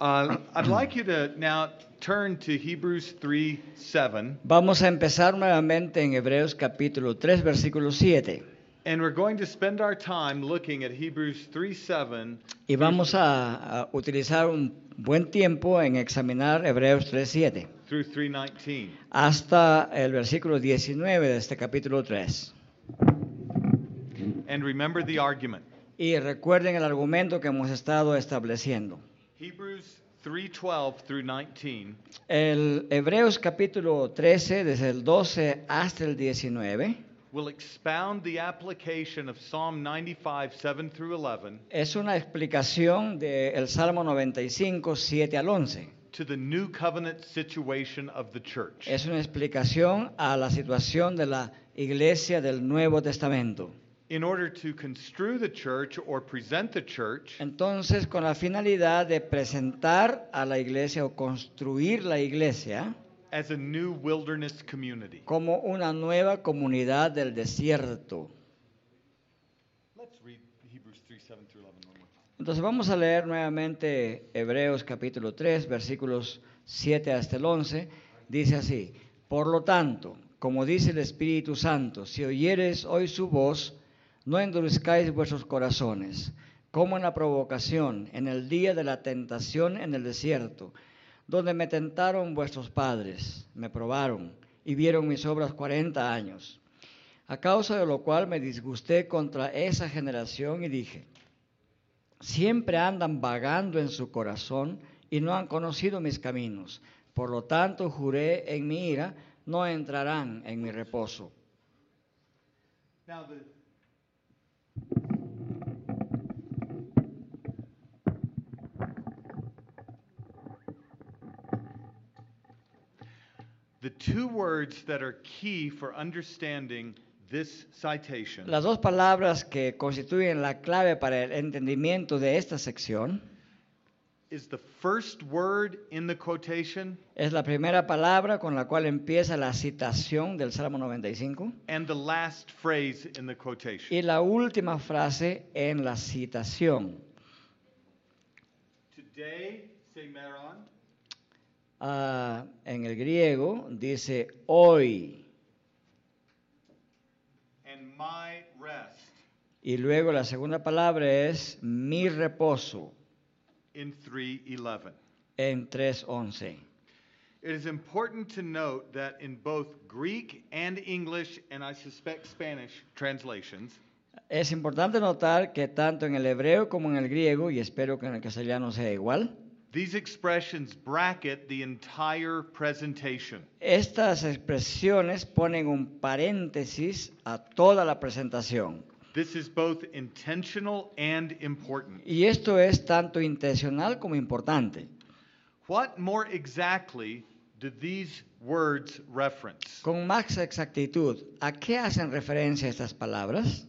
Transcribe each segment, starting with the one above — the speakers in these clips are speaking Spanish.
Uh, I'd like you to now turn to Hebrews 3 7, Vamos a empezar nuevamente en Hebreos capítulo 3, versículo 7. and we're going to spend our time looking at Hebrews 3 7 Y vamos a, a utilizar un buen tiempo en examinar Hebreos 3, 7, through 319. hasta el versículo 19 de este capítulo 3. And remember the argument. Y recuerden el argumento que hemos estado estableciendo. Hebrews 3:12 through 19 El Hebreos capítulo 13, desde el 12 hasta el 19, will expound the application of Psalm 95 7 through 11 es una explicación del Salmo 95, 7 al 11. to the new covenant situation of the church. Es una explicación a la situación de la iglesia del Nuevo Testamento. In order to construe the church or present the church Entonces, con la finalidad de presentar a la iglesia o construir la iglesia as a new wilderness community. como una nueva comunidad del desierto. Let's read Hebrews 3 7 through 11 one more time. Entonces vamos a leer nuevamente Hebreos capítulo 3, versículos 7 hasta el 11. Dice así, por lo tanto, como dice el Espíritu Santo, si oyeres hoy su voz, no endurezcáis vuestros corazones, como en la provocación, en el día de la tentación en el desierto, donde me tentaron vuestros padres, me probaron y vieron mis obras 40 años. A causa de lo cual me disgusté contra esa generación y dije, siempre andan vagando en su corazón y no han conocido mis caminos. Por lo tanto, juré en mi ira, no entrarán en mi reposo. Now the The two words that are key for understanding this citation Las dos palabras que constituyen la clave para el entendimiento de esta sección is the first word in the quotation es la primera palabra con la cual empieza la citación del Salmo 95 and the last phrase in the quotation. y la última frase en la citación. Today, Semeron, Ah, en el griego dice hoy and my rest. y luego la segunda palabra es mi reposo. in 3:11. en 3.11. It is important to note that in both Greek and English and I suspect Spanish translations, Es importante notar que tanto en el hebreo como en el griego, y espero que en el castellano sea igual, these expressions bracket the entire presentation. estas expresiones ponen un paréntesis a toda la presentación. This is both intentional and important. Y esto es tanto intencional como importante. What more exactly do these words reference? Con más exactitud, ¿a qué hacen referencia estas palabras?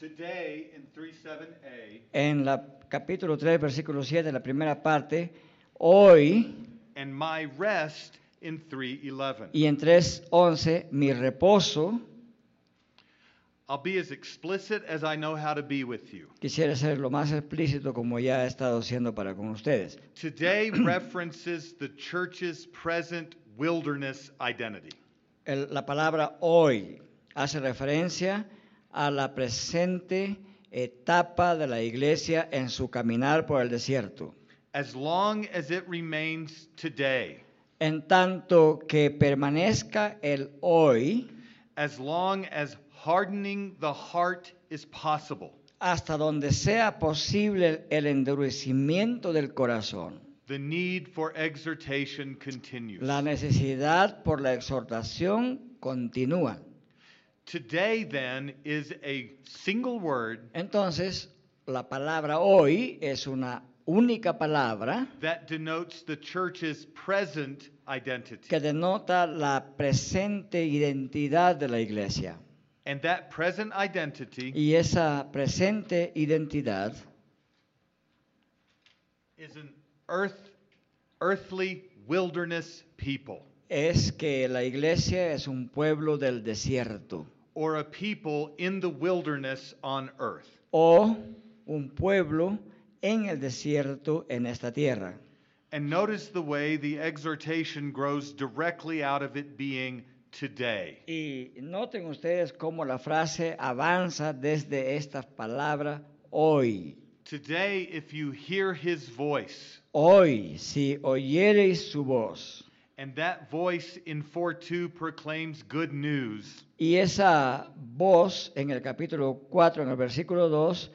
Today in 37a En la capítulo 3, versículo 7, la primera parte, hoy, and my rest in 3:11. y en 3.11, mi reposo, I'll be as explicit as I know how to be with you. Quisiera ser lo más explícito como ya he estado siendo para con ustedes. Today references the church's present wilderness identity. El- la palabra hoy hace referencia a la presente etapa de la iglesia en su caminar por el desierto. As long as it remains today, En tanto que permanezca el hoy as long as hardening the heart is possible, hasta donde sea posible el endurecimiento del corazón, the need for exhortation continues. la necesidad por la exhortación continúa. Today, then, is a single word Entonces, la palabra hoy es una única palabra that denotes the church's present identity. que denota la presente identidad de la iglesia. And that present identity Y esa presente identidad is an earth, earthly wilderness people. es que la iglesia es un pueblo del desierto or a people in the wilderness on earth. o un pueblo en el desierto en esta tierra. And notice the way the exhortation grows directly out of it being today. Y noten ustedes cómo la frase avanza desde esta palabra hoy. Today, if you hear his voice, Hoy, si oyereis su voz. and that voice in 4 2 proclaims good news, Y esa voz en el capítulo 4, en el versículo 2,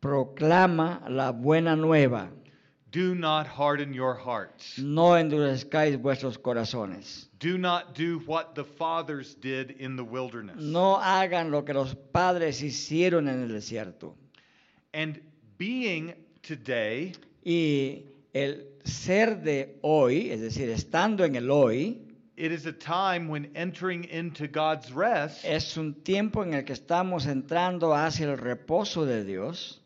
proclama la buena nueva. do not harden your hearts. No endurezcáis vuestros corazones. Do not do what the fathers did in the wilderness. No hagan lo que los padres hicieron en el desierto. And being today Y el ser de hoy, es decir, estando en el hoy, It is a time when entering into God's rest es un tiempo en el que estamos entrando hacia el reposo de Dios.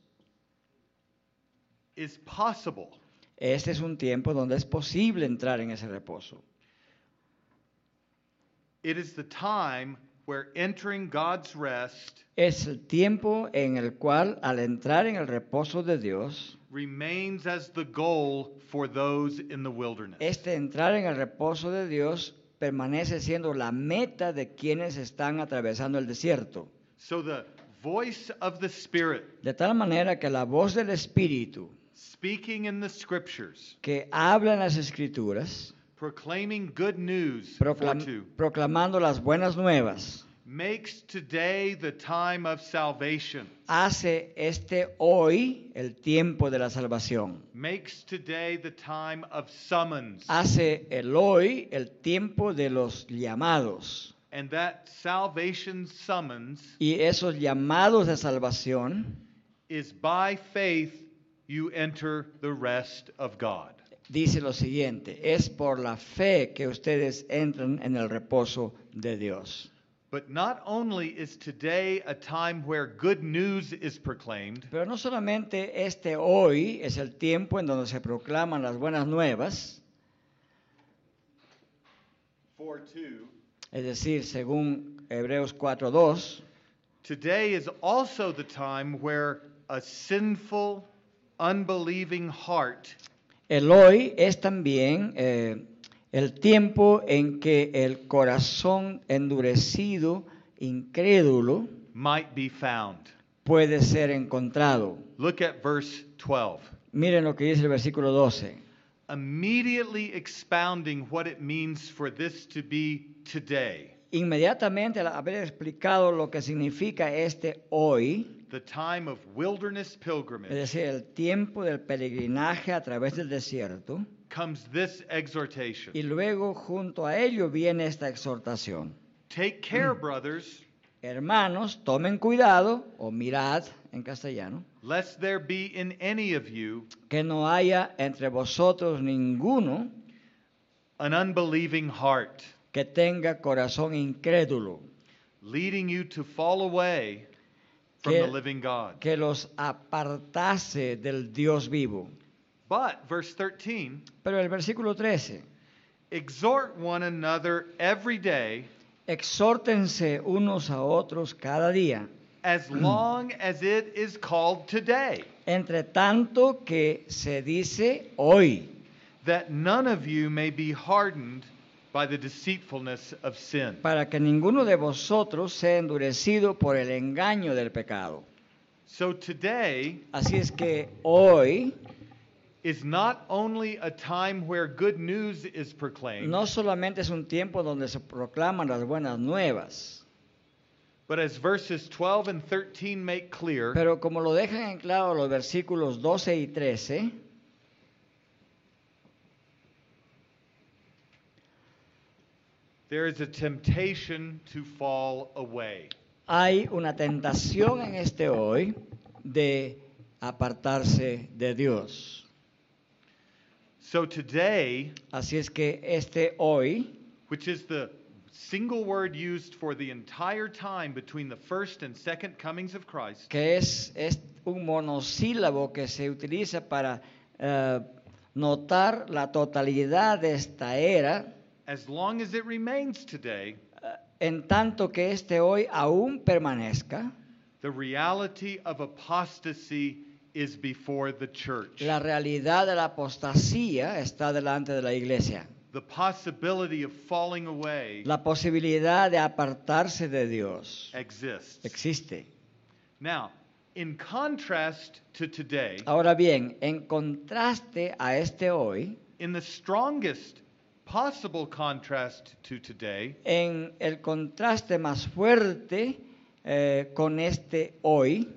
is possible. Este es un tiempo donde es posible entrar en ese reposo. It is the time where entering God's rest Es el tiempo en el cual al entrar en el reposo de Dios, remains as the goal for those in the wilderness. este entrar en el reposo de Dios permanece siendo la meta de quienes están atravesando el desierto. So the voice of the Spirit De tal manera que la voz del Espíritu speaking in the scriptures, que habla en las Escrituras, proclaiming good news proclam- for two, proclamando las buenas nuevas, makes today the time of salvation, hace este hoy el tiempo de la salvación. makes today the time of summons. Ah. Hace el hoy el tiempo de los llamados. And that salvation summons Y esos llamados de salvación, is by faith you enter the rest of God. dice lo siguiente, es por la fe que ustedes entran en el reposo de Dios. But not only is today a time where good news is proclaimed, Pero no solamente este hoy es el tiempo en donde se proclaman las buenas nuevas, 4 2. es decir, según Hebreos 4.2, Today is also the time where a sinful, unbelieving heart el hoy es también eh, el tiempo en que el corazón endurecido, incrédulo, might be found. puede ser encontrado. Look at verse 12. Miren lo que dice el versículo 12. Immediately expounding what it means for this to be today, Inmediatamente al haber explicado lo que significa este hoy, the time of wilderness es pilgrimage, decir, el tiempo del peregrinaje a través del desierto, comes this exhortation. y luego junto a ello viene esta exhortación. Take care, brothers, Hermanos, tomen cuidado, o mirad en castellano, lest there be in any of you que no haya entre vosotros ninguno an unbelieving heart, que tenga corazón incrédulo, leading you to fall away from Que- the living God. que los apartase del Dios vivo. But, verse 13, Pero el versículo 13, exhort one another every day exhórtense unos a otros cada día, as long as it is called today, entre tanto que se dice hoy, that none of you may be hardened by the deceitfulness of sin. para que ninguno de vosotros sea endurecido por el engaño del pecado. So, today Así es que hoy is not only a time where good news is proclaimed. no solamente es un tiempo donde se proclaman las buenas nuevas, But as verses 12 and 13 make clear, Pero como lo dejan en claro los versículos 12 y 13, there is a temptation to fall away. hay una tentación en este hoy de apartarse de Dios. So today, Así es que este hoy, which is the single word used for the entire time between the first and second comings of Christ, que es, es un monosílabo que se utiliza para eh, notar la totalidad de esta era, as long as it remains today, eh, en tanto que este hoy aún permanezca, the reality of apostasy is before the church. La realidad de la apostasía está delante de la iglesia. The possibility of falling away La posibilidad de apartarse de Dios exists. existe. Now, in contrast to today, Ahora bien, en contraste a este hoy, in the strongest possible contrast to today, en el contraste más fuerte eh, con este hoy,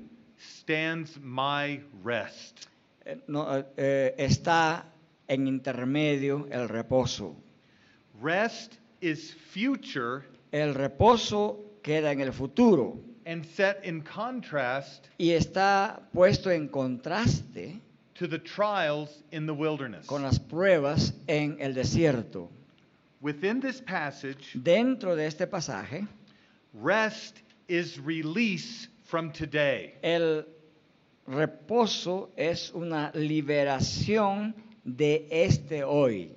stands my rest. eh, no, eh, eh, está en intermedio el reposo. Rest is future El reposo queda en el futuro and set in contrast y está puesto en contraste to the trials in the wilderness. con las pruebas en el desierto. Within this passage, Dentro de este pasaje, rest is release from today. el reposo es una liberación de este hoy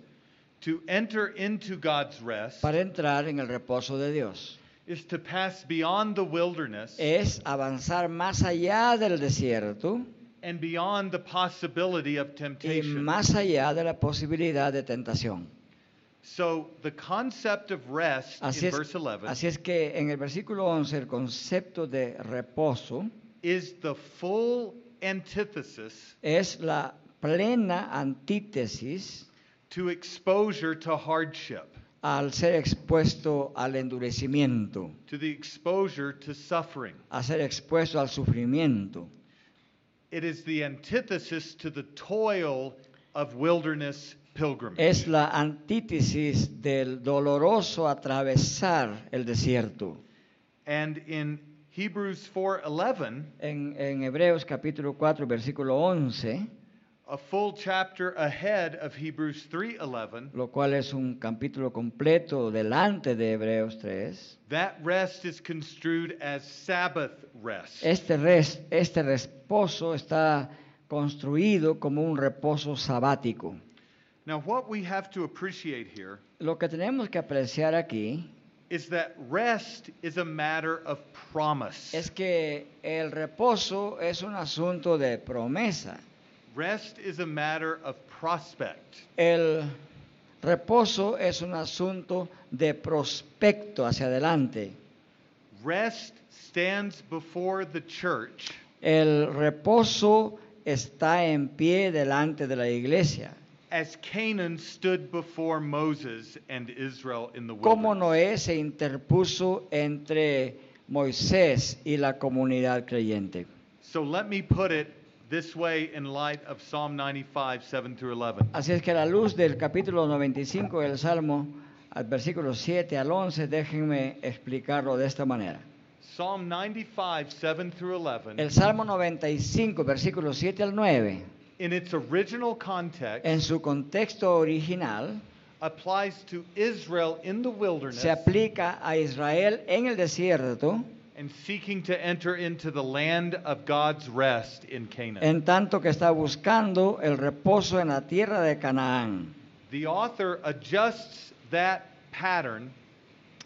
To enter into God's rest para entrar en el reposo de Dios. is to pass beyond the wilderness Es avanzar más allá del desierto and beyond the possibility of y temptation. más allá de la posibilidad de tentación. So the concept of rest Así in es, verse 11 así es que en el versículo 11 el concepto de reposo is the full antithesis es la plena antítesis to exposure to hardship, al ser expuesto al endurecimiento, to the exposure to suffering. a ser expuesto al sufrimiento. It is the antithesis to the toil of wilderness pilgrimage. Es la antítesis del doloroso atravesar el desierto. And in Hebrews 4:11, En, en Hebreos capítulo 4, versículo 11, a full chapter ahead of Hebrews 3:11, lo cual es un capítulo completo delante de Hebreos 3, that rest is construed as Sabbath rest. este, res- este reposo está construido como un reposo sabático. Now what we have to appreciate here Lo que tenemos que apreciar aquí is that rest is a matter of promise. es que el reposo es un asunto de promesa. Rest is a matter of prospect. El reposo es un asunto de prospecto hacia adelante. Rest stands before the church El reposo está en pie delante de la iglesia. as Canaan stood before Moses and Israel in the Como wilderness. Noé se interpuso entre Moisés y la comunidad creyente. So let me put it this way in light of Psalm 95, 7 through 11. Así es que a la luz del capítulo 95 del Salmo, al versículo 7 al 11, déjenme explicarlo de esta manera. Psalm 95, 7 through 11, El Salmo 95, versículo 7 al 9, in its original context, en su contexto original, applies to Israel in the wilderness se aplica a Israel en el desierto, and seeking to enter into the land of God's rest in Canaan. en tanto que está buscando el reposo en la tierra de Canaán. the author adjusts that pattern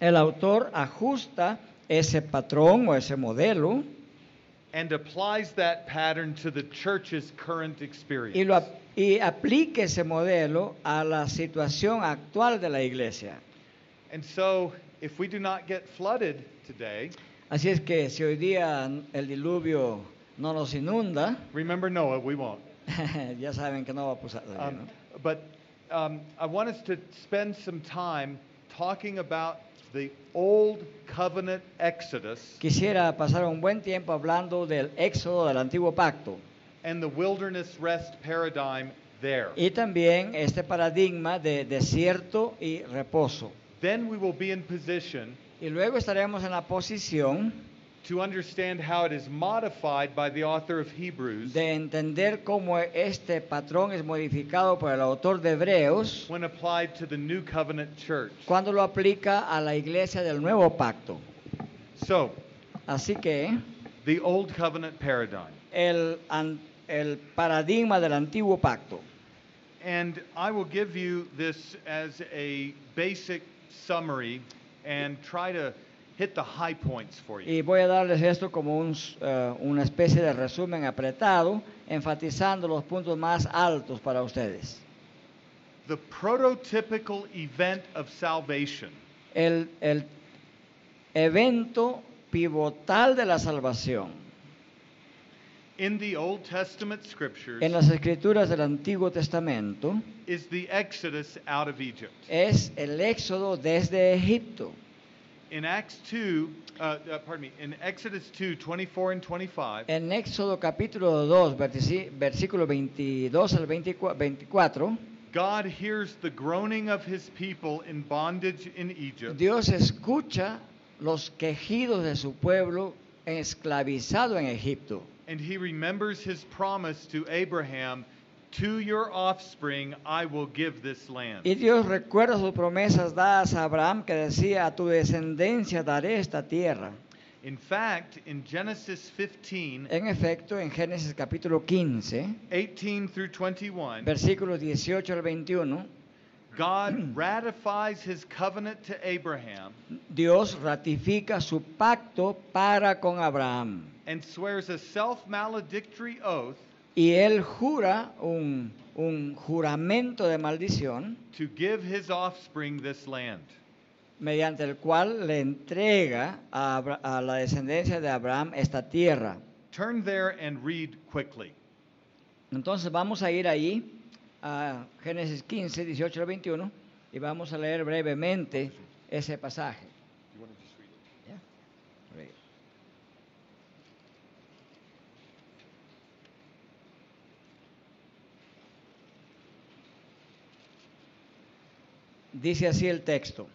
El autor ajusta ese patrón o ese modelo and applies that pattern to the church's current y, lo, experience. ap- y aplica ese modelo a la situación actual de la iglesia. And so, if we do not get flooded today, Así es que si hoy día el diluvio no nos inunda, remember Noah, we won't. ya saben que no va a pasar. Um, ¿no? But um, I want us to spend some time talking about the old covenant exodus Quisiera pasar un buen tiempo hablando del éxodo del antiguo pacto and the wilderness rest paradigm there. y también este paradigma de desierto y reposo. Then we will be in position Y luego estaremos en la posición to understand how it is modified by the author of Hebrews de entender cómo este patrón es modificado por el autor de Hebreos when applied to the new covenant church. cuando lo aplica a la iglesia del nuevo pacto. So, Así que the old covenant paradigm. el, an- el paradigma del antiguo pacto. And I will give you this as a basic summary and try to hit the high points for you. Y voy a darles esto como un, eh, una especie de resumen apretado, enfatizando los puntos más altos para ustedes. The prototypical event of salvation El, el evento pivotal de la salvación in the Old Testament scriptures en las escrituras del Antiguo Testamento is the exodus out of Egypt. es el éxodo desde Egipto. In Acts 2, uh, uh, pardon me, in Exodus 2, 24 and 25, En Éxodo capítulo 2, vertici- versículo 22 al 24 24, God hears the groaning of his people in bondage in Egypt. Dios escucha los quejidos de su pueblo esclavizado en Egipto. And he remembers his promise to Abraham, to your offspring I will give this land. Y Dios recuerda sus promesas dadas a Abraham que decía, a tu descendencia daré esta tierra. In fact, in Genesis 15, En efecto, en Génesis capítulo 15, 18 through 21, versículos 18 al 21, God ratifies his covenant to Abraham Dios ratifica su pacto para con Abraham. and swears a self-maledictory oath Y él jura un, un juramento de maldición to give his offspring this land. mediante el cual le entrega a, Abra- a la descendencia de Abraham esta tierra. Turn there and read quickly. Entonces vamos a ir ahí a Génesis 15, 18 al 21 y vamos a leer brevemente ese pasaje. ¿Ya? Re- Dice así el texto.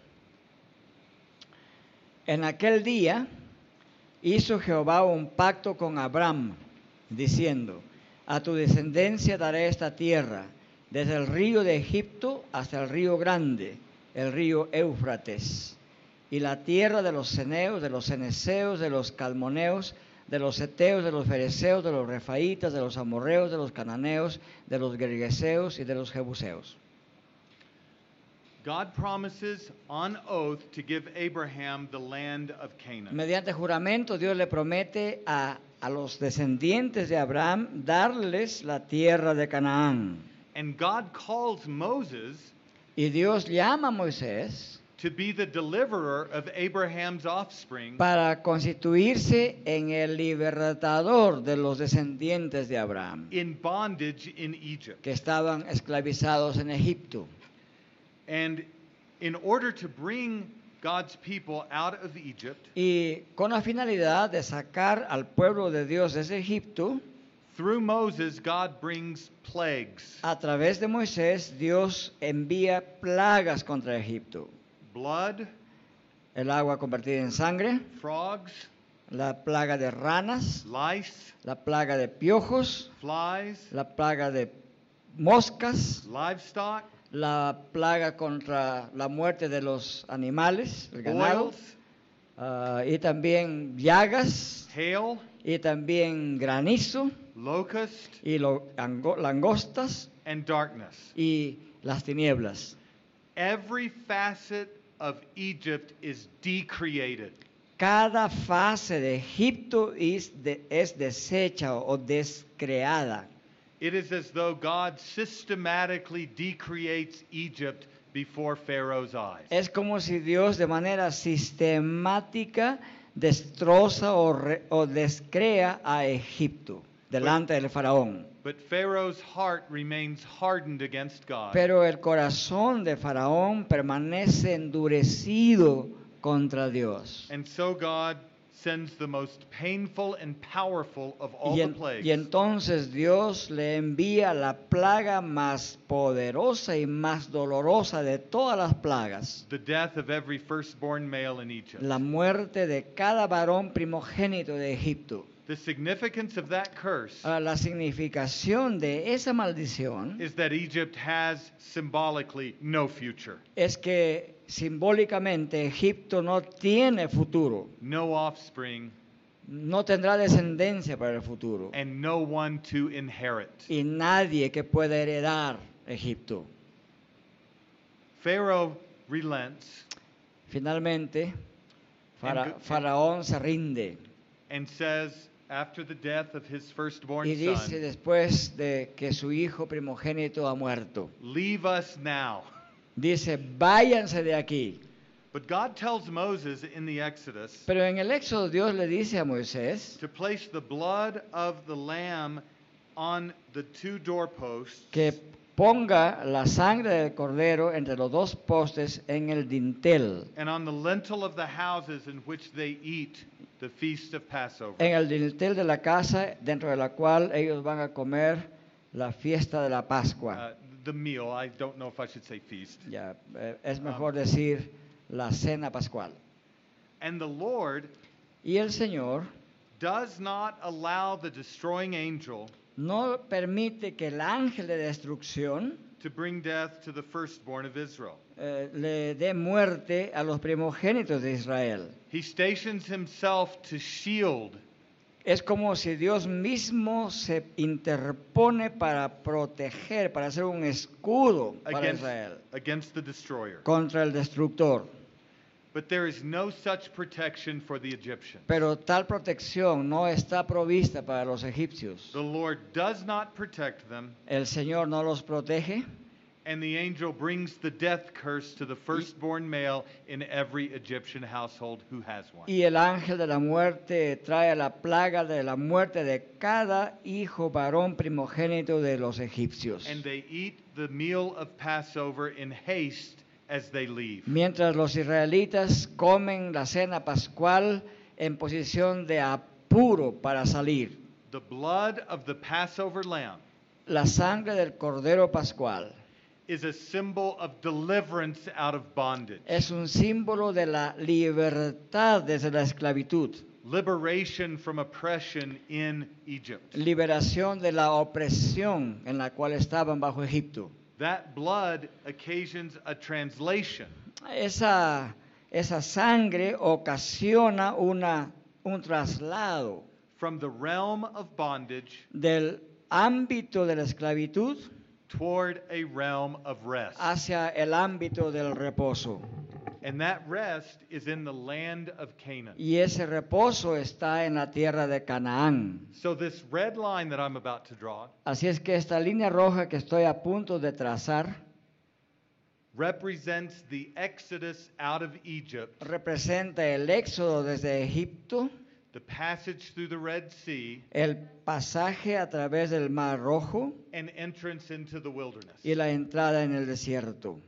En aquel día hizo Jehová un pacto con Abraham, diciendo, a tu descendencia daré esta tierra, desde el río de Egipto hasta el río grande, el río Éufrates, y la tierra de los ceneos, de los ceneseos, de los calmoneos, de los seteos, de los fereceos, de los refaítas, de los amorreos, de los cananeos, de los gergeseos y de los jebuseos. God promises on oath to give Abraham the land of Canaan. Mediante juramento Dios le promete a, a los descendientes de Abraham darles la tierra de Canaán. And God calls Moses Y Dios llama a Moisés to be the deliverer of Abraham's offspring para constituirse en el libertador de los descendientes de Abraham, in bondage in Egypt. que estaban esclavizados en Egipto. And in order to bring God's people out of Egypt Y con la finalidad de sacar al pueblo de Dios desde Egipto, through Moses, God brings plagues, a través de Moisés Dios envía plagas contra Egipto. blood, El agua convertida en sangre, frogs, la plaga de ranas, lice, la plaga de piojos, flies, la plaga de moscas, livestock, la plaga contra la muerte de los animales, el ganado, boils, ah, y también llagas, hail, y también granizo, locust, y lo- ango- langostas, and darkness. y las tinieblas. Every facet of Egypt is decreated. Cada fase de Egipto es, de- es deshecha o descreada. It is as though God systematically decreates Egypt before Pharaoh's eyes. Es como si Dios de manera sistemática destroza o, re- o descrea a Egipto delante del faraón. But Pharaoh's heart remains hardened against God. Pero el corazón de faraón permanece endurecido contra Dios. and so God sends the most painful and powerful of all Y, the en- plagues. y entonces Dios le envía la plaga más poderosa y más dolorosa de todas las plagas, the death of every firstborn male in Egypt. la muerte de cada varón primogénito de Egipto. the significance of that curse Ahora, la significación de esa maldición is that Egypt has symbolically no future, es que simbólicamente Egipto no tiene futuro, no offspring, no tendrá descendencia para el futuro and no one to inherit. y nadie que pueda heredar Egipto. Pharaoh relents Finalmente, Fara- Faraón se rinde and says, after the death of his firstborn y dice son, después de que su hijo primogénito ha muerto, leave us now. dice, váyanse de aquí. But God tells Moses in the Exodus Pero en el Éxodo Dios le dice a Moisés to place the blood of the lamb on the two doorposts que ponga la sangre del cordero entre los dos postes en el dintel, and on the lintel of the houses in which they eat the feast of Passover. en el dintel de la casa dentro de la cual ellos van a comer la fiesta de la Uh, Pascua. the meal, I don't know if I should say feast. Ya, eh, es mejor decir la cena pascual. And the Lord Y el Señor does not allow the destroying angel no permite que el ángel de destrucción to bring death to the firstborn of Israel. eh, le dé muerte a los primogénitos de Israel. He stations himself to shield Es como si Dios mismo se interpone para proteger, para hacer un escudo para against, Israel against the destroyer. contra el destructor. But there is no such protection for the Egyptians. Pero tal protección no está provista para los egipcios. The Lord does not protect them, El Señor no los protege and the angel brings the death curse to the firstborn male in every Egyptian household who has one. y el ángel de la muerte trae la plaga de la muerte de cada hijo varón primogénito de los egipcios. And they eat the meal of Passover in haste as they leave. Mientras los israelitas comen la cena pascual en posición de apuro para salir, The blood of the Passover lamb la sangre del cordero pascual is a symbol of deliverance out of bondage, es un símbolo de la libertad desde la esclavitud, liberation from oppression in Egypt. liberación de la opresión en la cual estaban bajo Egipto. That blood occasions a translation Esa, esa sangre ocasiona una, un traslado from the realm of bondage del ámbito de la esclavitud toward a realm of rest. hacia el ámbito del reposo. And that rest is in the land of Canaan. Y ese reposo está en la tierra de Canaán. So, this red line that I'm about to draw Así es que esta línea roja que estoy a punto de trazar represents the exodus out of Egypt, representa el éxodo desde Egipto, the passage through the Red Sea, el pasaje a través del Mar Rojo and entrance into the wilderness. y la entrada en el desierto.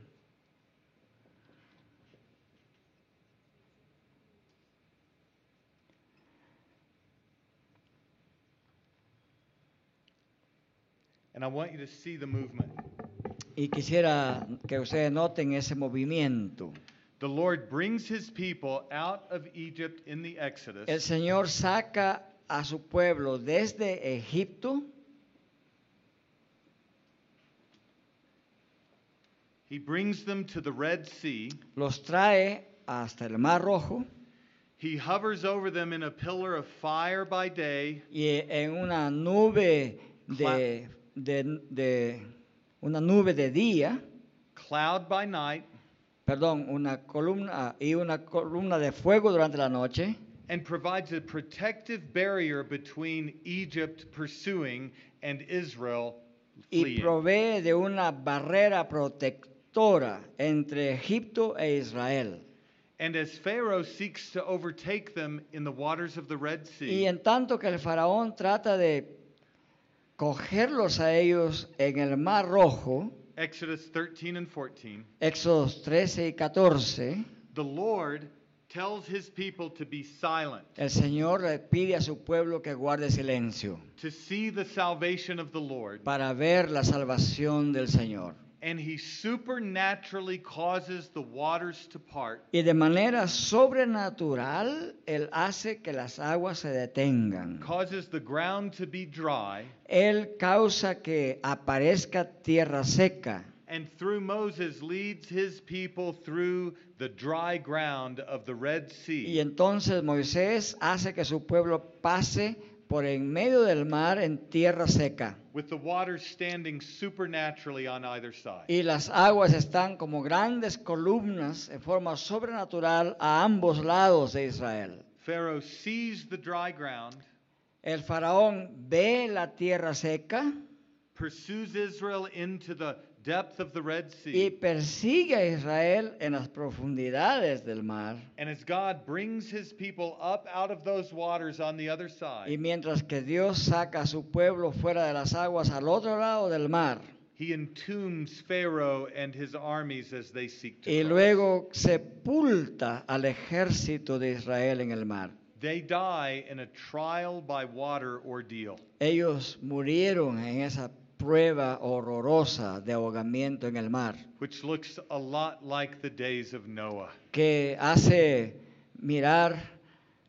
And I want you to see the movement. Y quisiera que ustedes noten ese movimiento. The Lord brings his people out of Egypt in the exodus. El Señor saca a su pueblo desde Egipto, He brings them to the Red Sea. los trae hasta el Mar Rojo He hovers over them in a pillar of fire by day y en una nube de, de- de- una nube de día, cloud by night perdón, una columna y una columna de fuego durante la noche and provides a protective barrier between Egypt pursuing and Israel y fleeing. provee de una barrera protectora entre Egipto e Israel. and as Pharaoh seeks to overtake them in the waters of the Red Y Sea, en tanto que el faraón trata de cogerlos a ellos en el Mar Rojo, Exodus 13 and 14, Éxodos 13 y 14, the Lord tells his people to be silent, el Señor le pide a su pueblo que guarde silencio to see the salvation of the Lord, para ver la salvación del Señor. and he supernaturally causes the waters to part. Y de manera sobrenatural, Él hace que las aguas se detengan. causes the ground to be dry, Él causa que aparezca tierra seca and through Moses leads his people through the dry ground of the Red Y Sea entonces Moisés hace que su pueblo pase por en medio del mar en tierra seca, with the waters standing supernaturally on either side. y las aguas están como grandes columnas en forma sobrenatural a ambos lados de Israel. Pharaoh sees the dry ground, El faraón ve la tierra seca pursues Israel into the depth of the Red y Sea, persigue a Israel en las profundidades del mar. and as God brings his people up out of those waters on the other Y side, mientras que Dios saca a su pueblo fuera de las aguas al otro lado del mar, he entombs Pharaoh and his armies as they seek to y cross. luego sepulta al ejército de Israel en el mar. They die in a trial by water ordeal. Ellos murieron en esa prueba horrorosa de ahogamiento en el mar, which looks a lot like the days of Noah. que hace mirar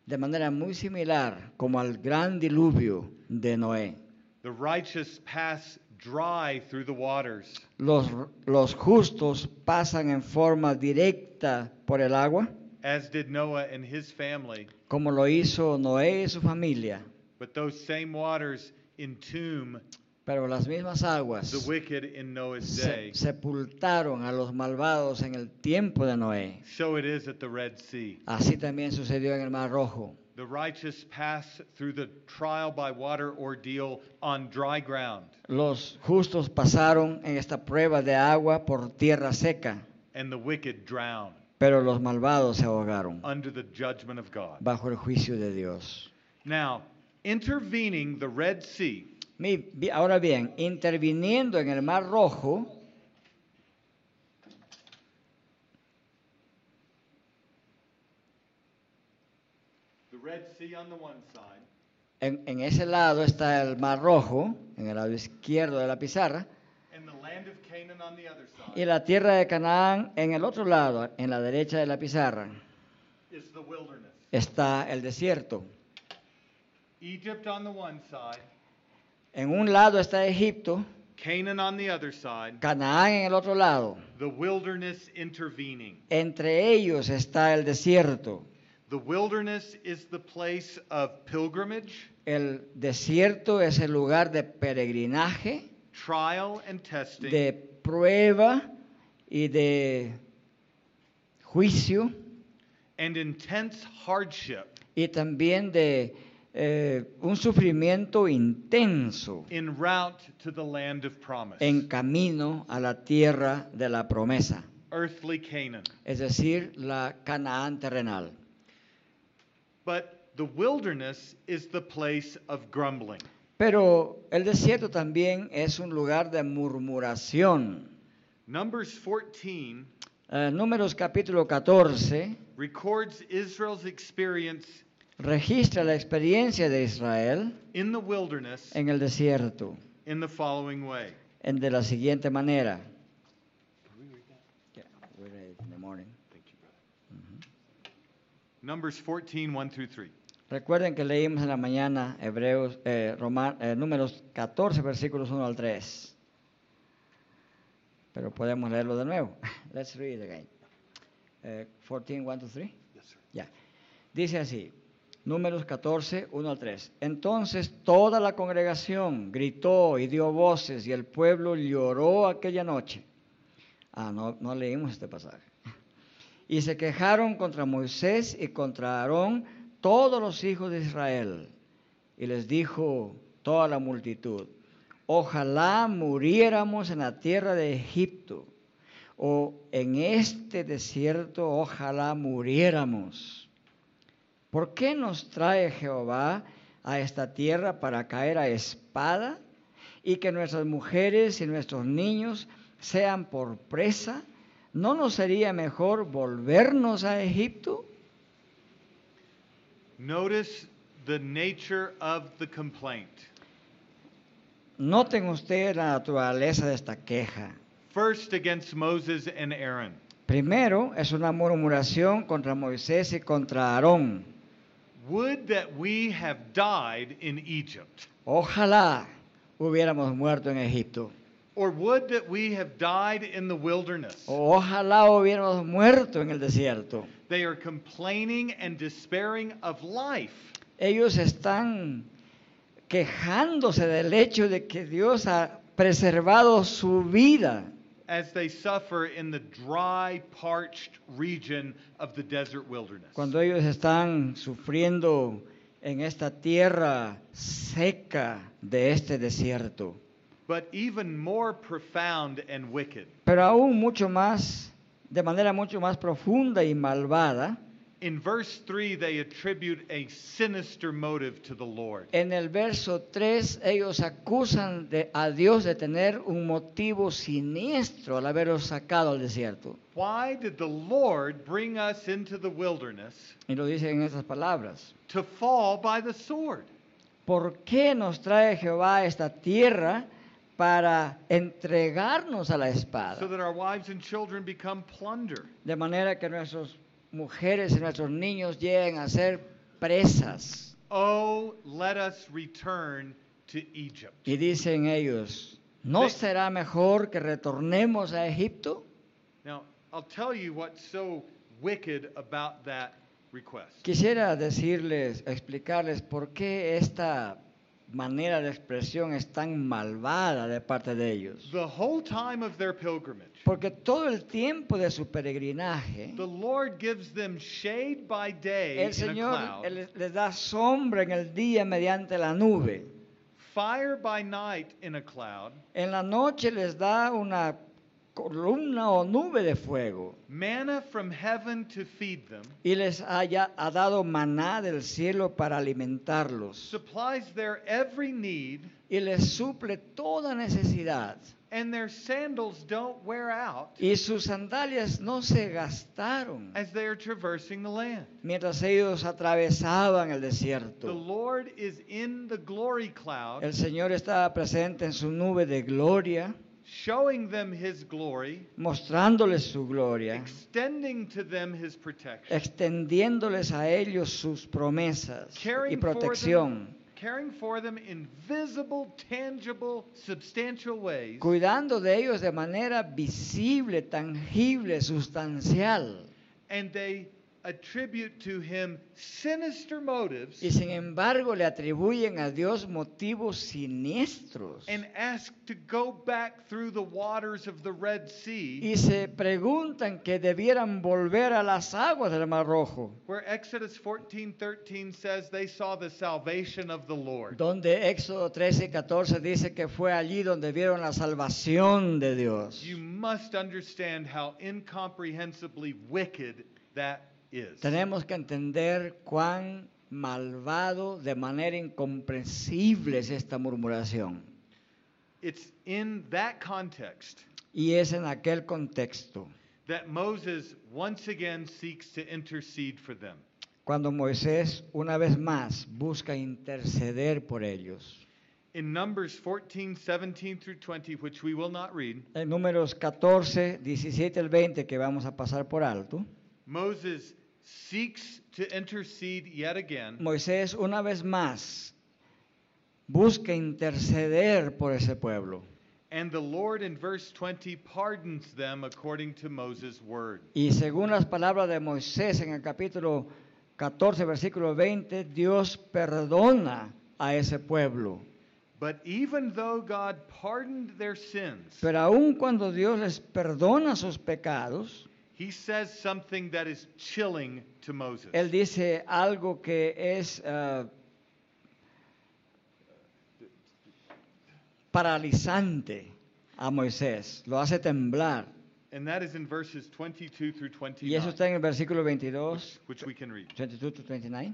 de manera muy similar como al gran diluvio de Noé. The righteous pass dry through the waters, Los, los justos pasan en forma directa por el agua, as did Noah and his family, como lo hizo Noé y su familia, but those same waters entomb pero las mismas aguas the wicked in Noah's se- day. sepultaron a los malvados en el tiempo de Noé. So it is at the Red Sea. Así también sucedió en el Mar Rojo. The righteous pass through the trial by water ordeal on dry ground, Los justos pasaron en esta prueba de agua por tierra seca, and the wicked drown pero los malvados se ahogaron under the judgment of God. bajo el juicio de Dios. Now, intervening the Red Sea Mi- bi- Ahora bien, interviniendo en el Mar Rojo, The Red Sea on the one side, en, en ese lado está el Mar Rojo, en el lado izquierdo de la pizarra, and the land of Canaan on the other side, y la tierra de Canaán en el otro lado, en la derecha de la pizarra, is the wilderness. está el desierto. Egypt on the one side, En un lado está Egipto, Canaan on the other side, Canaán en el otro lado. the wilderness intervening. Entre ellos está el desierto. The wilderness is the place of pilgrimage, El desierto es el lugar de peregrinaje, trial, and testing, de prueba y de juicio and intense hardship y también de eh, un sufrimiento intenso en route to the land of promise, en camino a la tierra de la promesa, earthly Canaan. es decir, la Canaán terrenal. But the wilderness is the place of grumbling. Pero el desierto también es un lugar de murmuración. Numbers 14 Eh, Números capítulo 14 records Israel's experience registra la experiencia de Israel in the wilderness en el desierto in the following way. en- de la siguiente manera. Yeah, we read it in the morning. Mm-hmm. Numbers 14, 1 through 3. Recuerden que leímos en la mañana Hebreos, eh, Roma- eh, Números 14, versículos 1 al 3. Pero podemos leerlo de nuevo. Let's read it again. Eh, 14, 1 to 3. Ya. Dice así, números 14, 1 al 3. Entonces toda la congregación gritó y dio voces y el pueblo lloró aquella noche. Ah, no, no leímos este pasaje. Y se quejaron contra Moisés y contra Aarón todos los hijos de Israel. Y les dijo toda la multitud, ojalá muriéramos en la tierra de Egipto, o en este desierto ojalá muriéramos. ¿Por qué nos trae Jehová a esta tierra para caer a espada y que nuestras mujeres y nuestros niños sean por presa? ¿No nos sería mejor volvernos a Egipto? Notice the nature of the complaint. Noten ustedes la naturaleza de esta queja. First, against Moses and Aaron. Primero, es una murmuración contra Moisés y contra Aarón. Would that we have died in Egypt, Ojalá hubiéramos muerto en Egipto. or would that we have died in the wilderness. O ojalá hubiéramos muerto en el desierto. They are complaining and despairing of life. Ellos están quejándose del hecho de que Dios ha preservado su vida as they suffer in the dry, parched region of the desert wilderness. cuando ellos están sufriendo en esta tierra seca de este desierto. But even more profound and wicked, Pero aún mucho más, de manera mucho más profunda y malvada, in verse 3, they attribute a sinister motive to the Lord. en el verso 3 ellos acusan de- a Dios de tener un motivo siniestro al haberlos sacado al desierto. Why did the Lord bring us into the wilderness Y lo dicen en estas palabras. to fall by the sword? ¿Por qué nos trae Jehová a esta tierra para entregarnos a la So espada? that our wives and children become plunder. De manera que nuestras mujeres y nuestros niños lleguen a ser presas. Oh, let us return to Egypt. Y dicen ellos, ¿no Ve- será mejor que retornemos a Egipto? Now, I'll tell you what's so wicked about that request. Quisiera decirles, explicarles por qué esta manera de expresión es tan malvada de parte de ellos. The whole time of their pilgrimage, Porque todo el tiempo de su peregrinaje, the Lord gives them shade by day el in a Señor cloud, él les da sombra en el día mediante la nube. fire by night in a cloud, En la noche les da una columna o nube de fuego. manna from heaven to feed them, Y les haya, ha dado maná del cielo para alimentarlos. supplies their every need, Y les suple toda necesidad. and their sandals don't wear out Y sus sandalias no se gastaron as they are traversing the land. mientras ellos atravesaban el The desierto. Lord is in the glory cloud, El Señor estaba presente en su nube de gloria, showing them his glory, mostrándoles su gloria, extending to them his protection, extendiéndoles a ellos sus promesas y caring for them, protección, caring for them in visible, tangible, substantial ways, cuidando de ellos de manera visible, tangible, sustancial. and they attribute to him sinister motives Y sin embargo le atribuyen a Dios motivos siniestros. and ask to go back through the waters of the Red Sea, y se preguntan que debieran volver a las aguas del Mar Rojo, where Exodus 14:13 says they saw the salvation of the Lord. donde Éxodo 13 y 14 dice que fue allí donde vieron la salvación de Dios. You must understand how incomprehensibly wicked that is. Tenemos que entender cuán malvado de manera incomprensible es esta murmuración. It's in that context Y es en aquel contexto, that Moses once again seeks to intercede for them. cuando Moisés una vez más busca interceder por ellos. In Numbers 14, 17 through 20, which we will not read, En números 14, 17 al 20 que vamos a pasar por alto. Moses seeks to intercede yet again, Moisés una vez más busca interceder por ese pueblo. and the Lord in verse 20 pardons them according to Moses' word. Y según las palabras de Moisés en el capítulo 14, versículo 20, Dios perdona a ese pueblo. But even though God pardoned their sins, Pero aun cuando Dios les perdona sus pecados, He says something that is chilling to Moses. Él dice algo que es ah, paralizante a Moisés, lo hace temblar. and that is in verses 22 through 29, Y eso está en el versículo 22, which we can read. 22 to 29.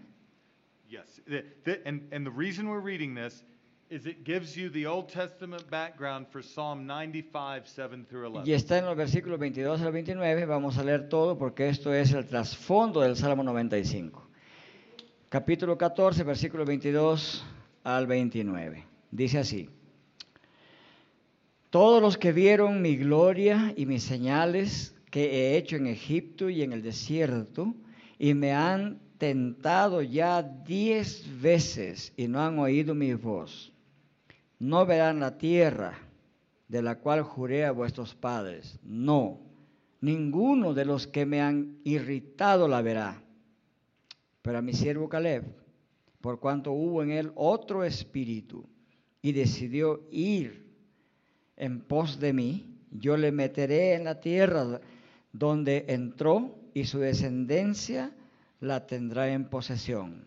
Yes. The- the- and, and the reason we're reading this is it gives you the Old Testament background for Psalm 95, 7 through 11. Y está en los versículos 22 al 29. Vamos a leer todo porque esto es el trasfondo del Salmo 95. Capítulo 14, versículos 22 al 29. Dice así. Todos los que vieron mi gloria y mis señales que he hecho en Egipto y en el desierto, y me han tentado ya diez veces y no han oído mi voz, no verán la tierra de la cual juré a vuestros padres. No, ninguno de los que me han irritado la verá. Pero a mi siervo Caleb, por cuanto hubo en él otro espíritu y decidió ir en pos de mí, yo le meteré en la tierra donde entró y su descendencia la tendrá en posesión.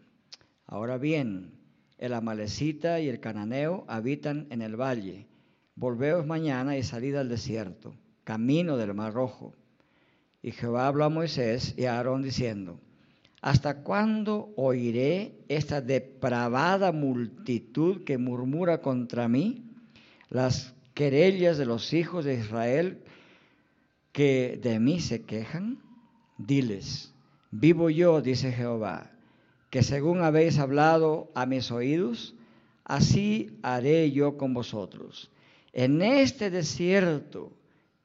Ahora bien, el amalecita y el cananeo habitan en el valle. Volveos mañana y salid al desierto, camino del mar rojo. Y Jehová habló a Moisés y a Aarón diciendo, ¿Hasta cuándo oiré esta depravada multitud que murmura contra mí? Las querellas de los hijos de Israel que de mí se quejan? Diles, vivo yo, dice Jehová, que según habéis hablado a mis oídos, así haré yo con vosotros. En este desierto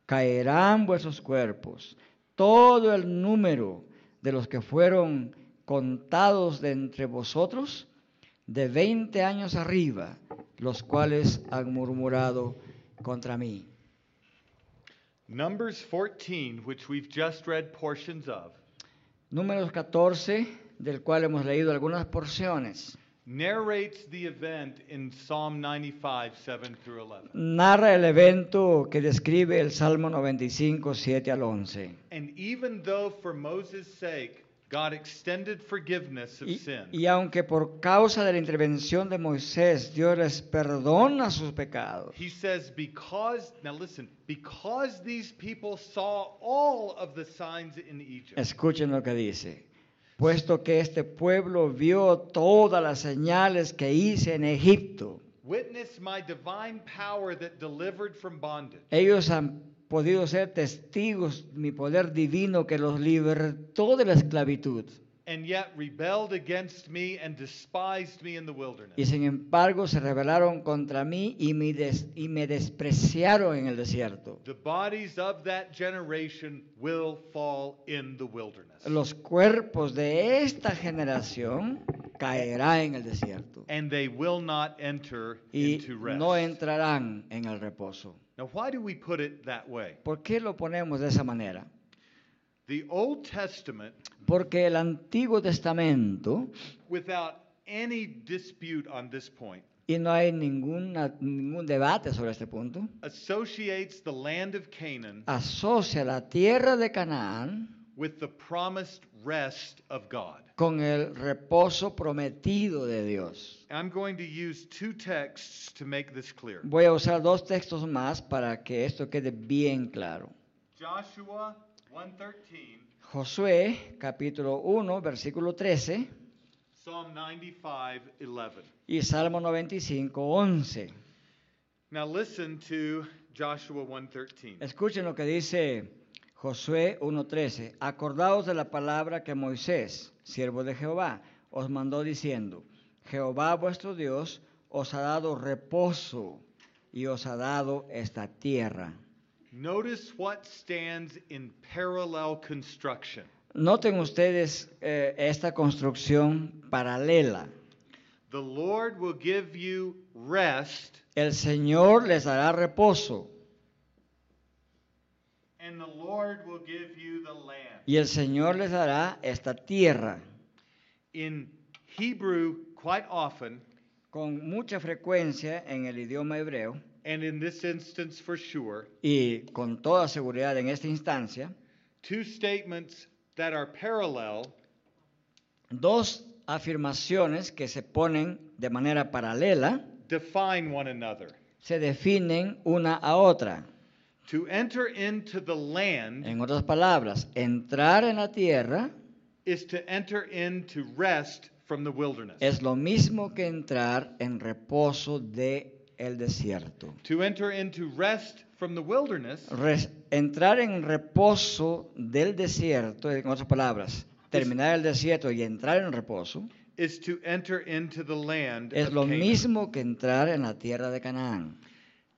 caerán vuestros cuerpos, todo el número de los que fueron contados de entre vosotros, de veinte años arriba, los cuales han murmurado contra mí. Numbers 14, which we've just read portions of, Números 14, del cual hemos leído algunas porciones, narrates the event in Psalm 95, 7 through 11. narra el evento que describe el Salmo 95, 7 al 11. And even though for Moses' sake, God extended forgiveness of Y, sin, y aunque por causa de la intervención de Moisés Dios les perdona sus pecados, he says, because, now listen, because these people saw all of the signs in Egypt, escuchen lo que dice, puesto que este pueblo vio todas las señales que hice en Egipto, witness my divine power that delivered from bondage. ellos han podido ser testigos de mi poder divino que los libertó de la esclavitud. and yet rebelled against me and despised me in the wilderness. Y sin embargo se rebelaron contra mí y me, des- y me despreciaron en el desierto. the bodies of that generation will fall in the wilderness. Los cuerpos de esta generación caerán en el desierto and they will not enter y into rest. no entrarán en el reposo. now, why do we put it that way? ¿Por qué lo ponemos de esa manera? The Old Testament, Porque el Antiguo Testamento, without any dispute on this point, y no hay ninguna- ningún debate sobre este punto, associates the land of Canaan Ah. asocia la tierra de Canaán with the promised rest of God. con el reposo prometido de Dios. I'm going to use two texts to make this clear. Voy a usar dos textos más para que esto quede bien claro. Joshua 113 Josué capítulo 1, versículo 13 Psalm 95, 11. y Salmo 95, 11. Now listen to Joshua 1.13. Escuchen lo que dice Josué 1.13. Acordaos de la palabra que Moisés, siervo de Jehová, os mandó diciendo, Jehová vuestro Dios os ha dado reposo y os ha dado esta tierra. Notice what stands in parallel construction. Noten ustedes eh, esta construcción paralela. The Lord will give you rest, El Señor les dará reposo and the Lord will give you the land. y el Señor les dará esta tierra. In Hebrew, quite often, Con mucha frecuencia en el idioma hebreo, and in this instance for sure, y con toda seguridad en esta instancia, two statements that are parallel dos afirmaciones que se ponen de manera paralela define one another. se definen una a otra. To enter into the land En otras palabras, entrar en la tierra is to enter into rest from the wilderness. es lo mismo que entrar en reposo de el desierto. To enter into rest from the wilderness Res- entrar en reposo del desierto, en otras palabras, terminar el desierto y entrar en reposo is to enter into the land es of lo Canaan. mismo que entrar en la tierra de Canaán.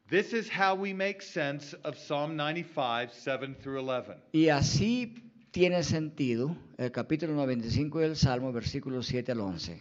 This is how we make sense of Psalm 95, 7 through 11. Y así tiene sentido el capítulo 95 del Salmo, versículos 7 al 11.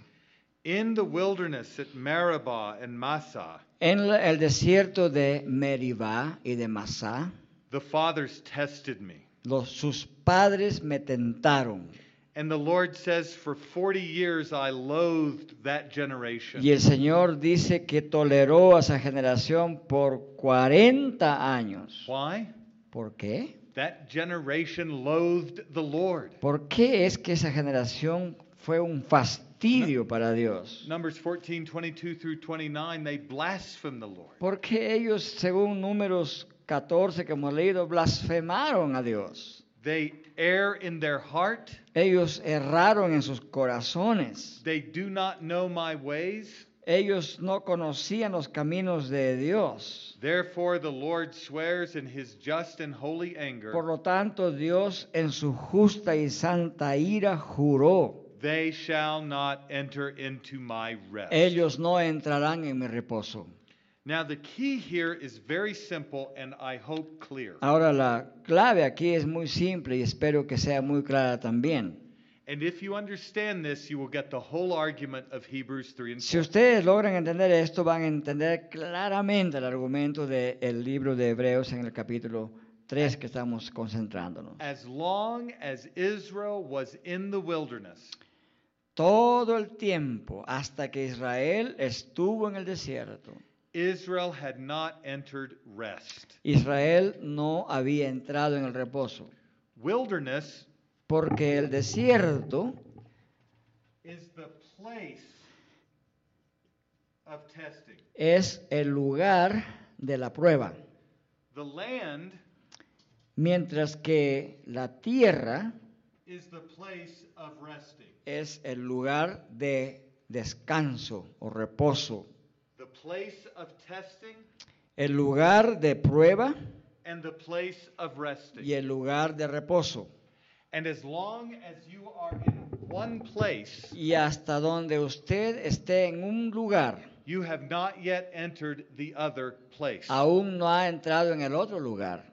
In the wilderness at Meribah and Massah, En la- el desierto de Meribá y de Masá, the fathers tested me los, sus padres me tentaron And the Lord says, For 40 years I loathed that generation. Y el Señor dice que toleró a esa generación por 40 años. Why? ¿Por qué? That generation loathed the Lord. ¿Por qué es que esa generación fue un fastidio para Dios? Numbers 14, 22 through 29, they blasphemed the Lord. Porque ellos, según números 14 que hemos leído, blasfemaron a Dios. They err in their heart. Ellos erraron en sus corazones. They do not know my ways. Ellos no conocían los caminos de Dios. Therefore, the Lord swears in his just and holy Por anger, lo tanto, Dios en su justa y santa ira juró, They shall not enter into my rest. ellos no entrarán en mi reposo. Now, the key here is very simple and I hope clear. Ahora la clave aquí es muy simple y espero que sea muy clara también. And if you understand this, you will get the whole argument of Hebrews 3 and Si 4. ustedes logran entender esto, van a entender claramente el argumento del libro de Hebreos en el capítulo 3 que estamos concentrándonos. As long as Israel was in the wilderness, Todo el tiempo hasta que Israel estuvo en el desierto, Israel had not entered rest. Israel no había entrado en el reposo, Wilderness porque el desierto is the place of testing. es el lugar de la prueba, The land mientras que la tierra is the place of resting. es el lugar de descanso o reposo. The place of testing el lugar de prueba and the place of resting. y el lugar de reposo. And as long as you are in one place, Y hasta donde usted esté en un lugar, you have not yet entered the other place. aún no ha entrado en el otro lugar.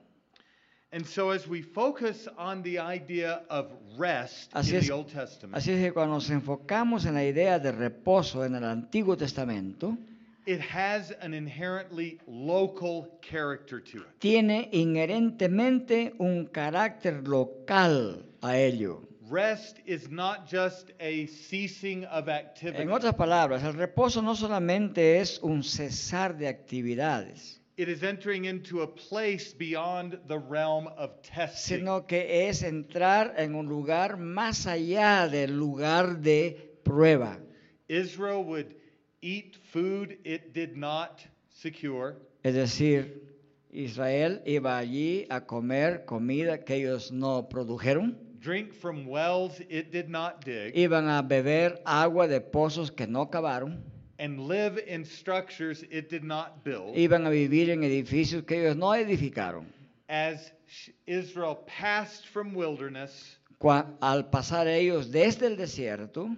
And so as we focus on the idea of rest Así in es- the Old Testament, Así es que cuando nos enfocamos en la idea de reposo en el Antiguo Testamento, it has an inherently local character to it. tiene inherentemente un carácter local a ello. Rest is not just a ceasing of activity. En otras palabras, el reposo no solamente es un cesar de actividades, It is entering into a place beyond the realm of testing. sino que es entrar en un lugar más allá del lugar de prueba. Israel would eat food it did not secure. Es decir, Israel iba allí a comer comida que ellos no produjeron, Drink from wells it did not dig iban a beber agua de pozos que no cavaron, and live in structures it did not build. iban a vivir en edificios que ellos no edificaron. As Sh- Israel passed from wilderness Cua- al pasar ellos desde el desierto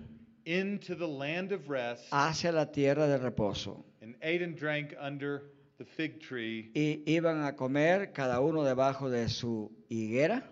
into the land of rest hacia la tierra de reposo, and ate and drank under the fig tree y iban a comer cada uno debajo de su higuera.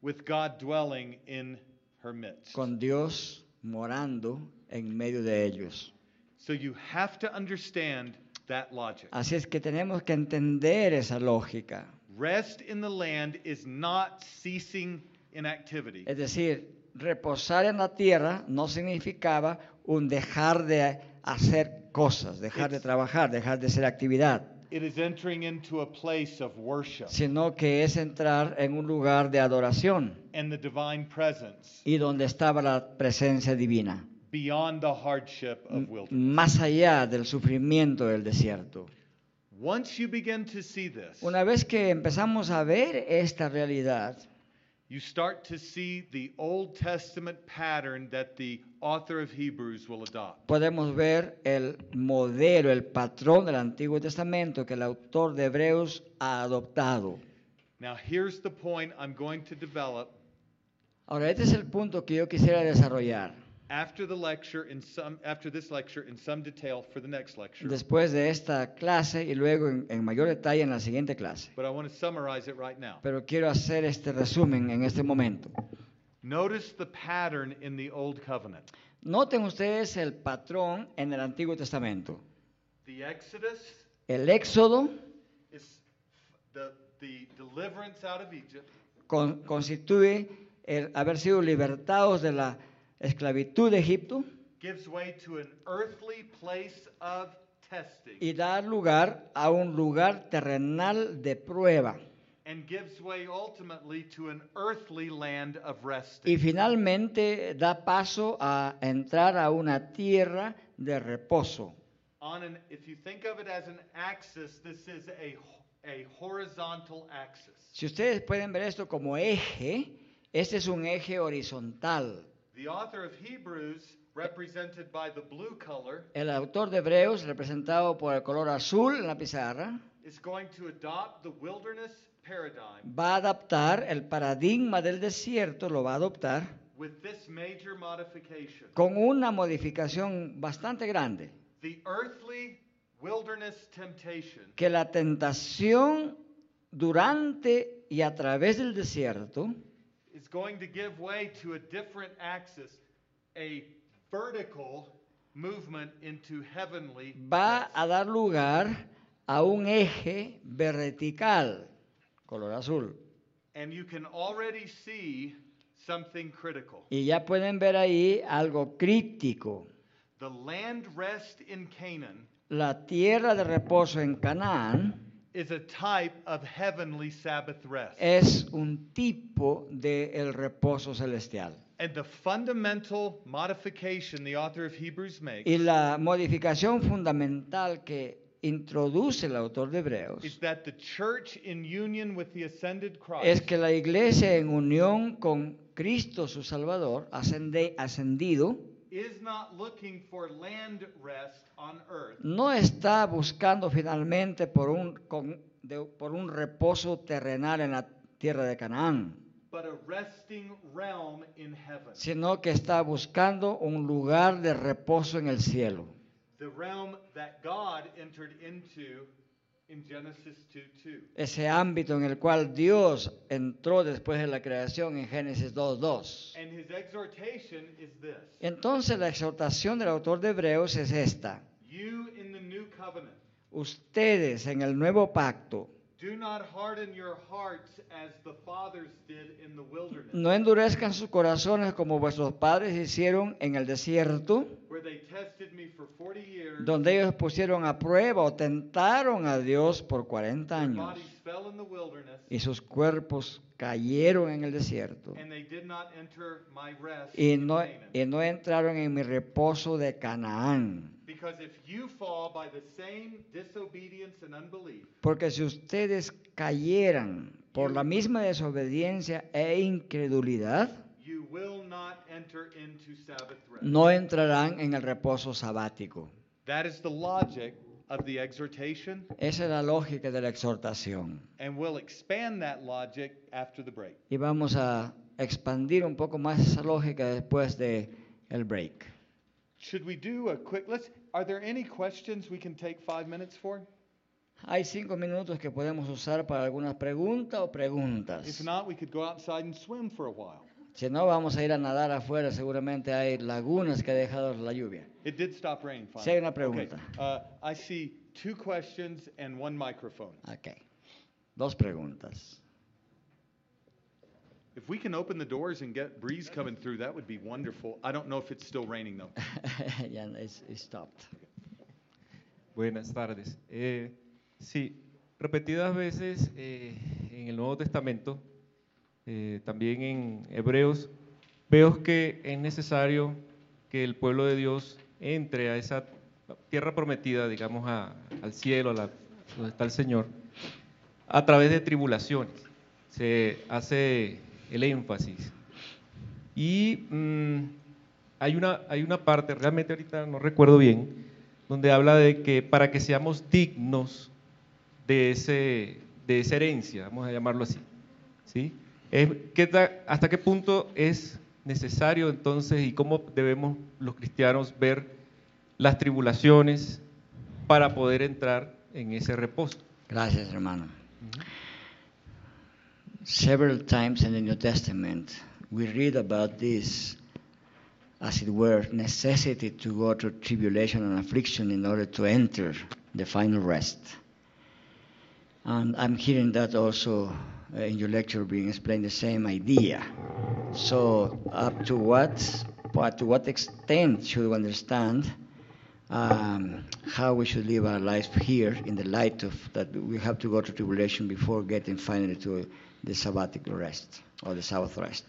with God dwelling in her midst. con Dios morando en medio de ellos. So you have to understand that logic. Así es que tenemos que entender esa lógica. Rest in the land is not ceasing in activity. Es decir, reposar en la tierra no significaba un dejar de hacer cosas, dejar de trabajar, dejar de hacer actividad, It is entering into a place of worship sino que es entrar en un lugar de adoración and the divine presence y donde estaba la presencia divina, beyond the hardship Mm, of wilderness. más allá del sufrimiento del desierto. Once you begin to see this, Una vez que empezamos a ver esta realidad, you start to see the Old Testament pattern that the author of Hebrews will adopt. podemos ver el modelo, el patrón del Antiguo Testamento que el autor de Hebreos ha adoptado. Now, here's the point I'm going to develop Ahora, este es el punto que yo quisiera desarrollar after the lecture in some after this lecture in some detail for the next lecture. después de esta clase y luego en, en mayor detalle en la siguiente clase. But I want to summarize it right now. Pero quiero hacer este resumen en este momento. Notice the pattern in the Old Covenant. Noten ustedes el patrón en el Antiguo Testamento. The Exodus El éxodo is the, the deliverance out of Egypt, con- constituye el haber sido libertados de la esclavitud de Egipto gives way to an earthly place of testing y dar lugar a un lugar terrenal de prueba. and gives way ultimately to an earthly land of resting. Y finalmente da paso a entrar a una tierra de reposo. On an, if you think of it as an axis, this is a, ho- a horizontal axis. Si ustedes pueden ver esto como eje, este es un eje horizontal. The author of Hebrews, represented by the blue color, El autor de Hebreos, representado por el color azul en la pizarra, is going to adopt the wilderness paradigm va a adaptar el paradigma del desierto, lo va a adoptar with this major modification. con una modificación bastante grande, The earthly wilderness temptation que la tentación durante y a través del desierto is going to give way to a different axis, a vertical movement into heavenly. va rest. a dar lugar a un eje vertical, color azul. And you can already see something critical. Y ya pueden ver ahí algo crítico. The land rest in Canaan La tierra de reposo en Canaán is a type of heavenly Sabbath rest. es un tipo del reposo celestial. And the fundamental modification the author of Hebrews makes Y la modificación fundamental que introduce el autor de is Hebreos that the church in union with the ascended Christ es que la iglesia en unión con Cristo su Salvador ascende- ascendido is not looking for land rest on earth, no está buscando finalmente por un, con- de- por un reposo terrenal en la tierra de Canaán. but a resting realm in heaven. sino que está buscando un lugar de reposo en el cielo. The realm that God entered into in Genesis 2 2. Ese ámbito en el cual Dios entró después de la creación en Génesis 2.2. And his exhortation is this Entonces la exhortación del autor de Hebreos es esta. You in the new covenant, Ustedes en el nuevo pacto do not harden your hearts as the fathers did in the wilderness, no endurezcan sus corazones como vuestros padres hicieron en el desierto, where they tested me for 40 years, donde ellos pusieron a prueba o tentaron a Dios por 40 their años bodies fell in the wilderness, y sus cuerpos cayeron en el desierto. and they did not enter my rest y in no, Canaan. y no entraron en mi reposo de Canaán. Because if you fall by the same disobedience and unbelief, Porque si ustedes cayeran por la misma desobediencia e incredulidad, you will not enter into Sabbath rest. no entrarán en el reposo sabático. That is the logic of the exhortation, Esa es la lógica de la exhortación. and we'll expand that logic after the break. Y vamos a expandir un poco más esa lógica después de el break. Should we do a quick, let's, are there any questions we can take five minutes for? Hay cinco minutos que podemos usar para algunas preguntas o If preguntas. not, we could go outside and swim for a while. Si no, vamos a ir a nadar afuera. Seguramente hay lagunas que ha dejado la lluvia. It did stop raining finally. Si hay una Okay, pregunta. uh, I see two questions and one microphone. Ok. Dos preguntas. If we can open the doors and get breeze coming through, that would be wonderful. I don't know if it's still raining though. ya es it stopped. Buenas tardes. Eh, sí, repetidas veces eh, en el Nuevo Testamento, eh, también en Hebreos, veo que es necesario que el pueblo de Dios entre a esa tierra prometida, digamos, a- al cielo, a la- donde está el Señor, a través de tribulaciones. Se hace el énfasis. Y mm, hay, una, hay una parte, realmente ahorita no recuerdo bien, donde habla de que para que seamos dignos de, ese, de esa herencia, vamos a llamarlo así. ¿sí? Es, ¿qué ta- ¿Hasta qué punto es necesario entonces y cómo debemos los cristianos ver las tribulaciones para poder entrar en ese reposo? Gracias, hermano. Several times in the New Testament, we read about this, as it were, necessity to go through tribulation and affliction in order to enter the final rest. And I'm hearing that also uh, in your lecture being explained the same idea. So up to what, but to what extent should we understand um, how we should live our life here in the light of that we have to go to tribulation before getting finally to the sabbatical rest or the Sabbath rest?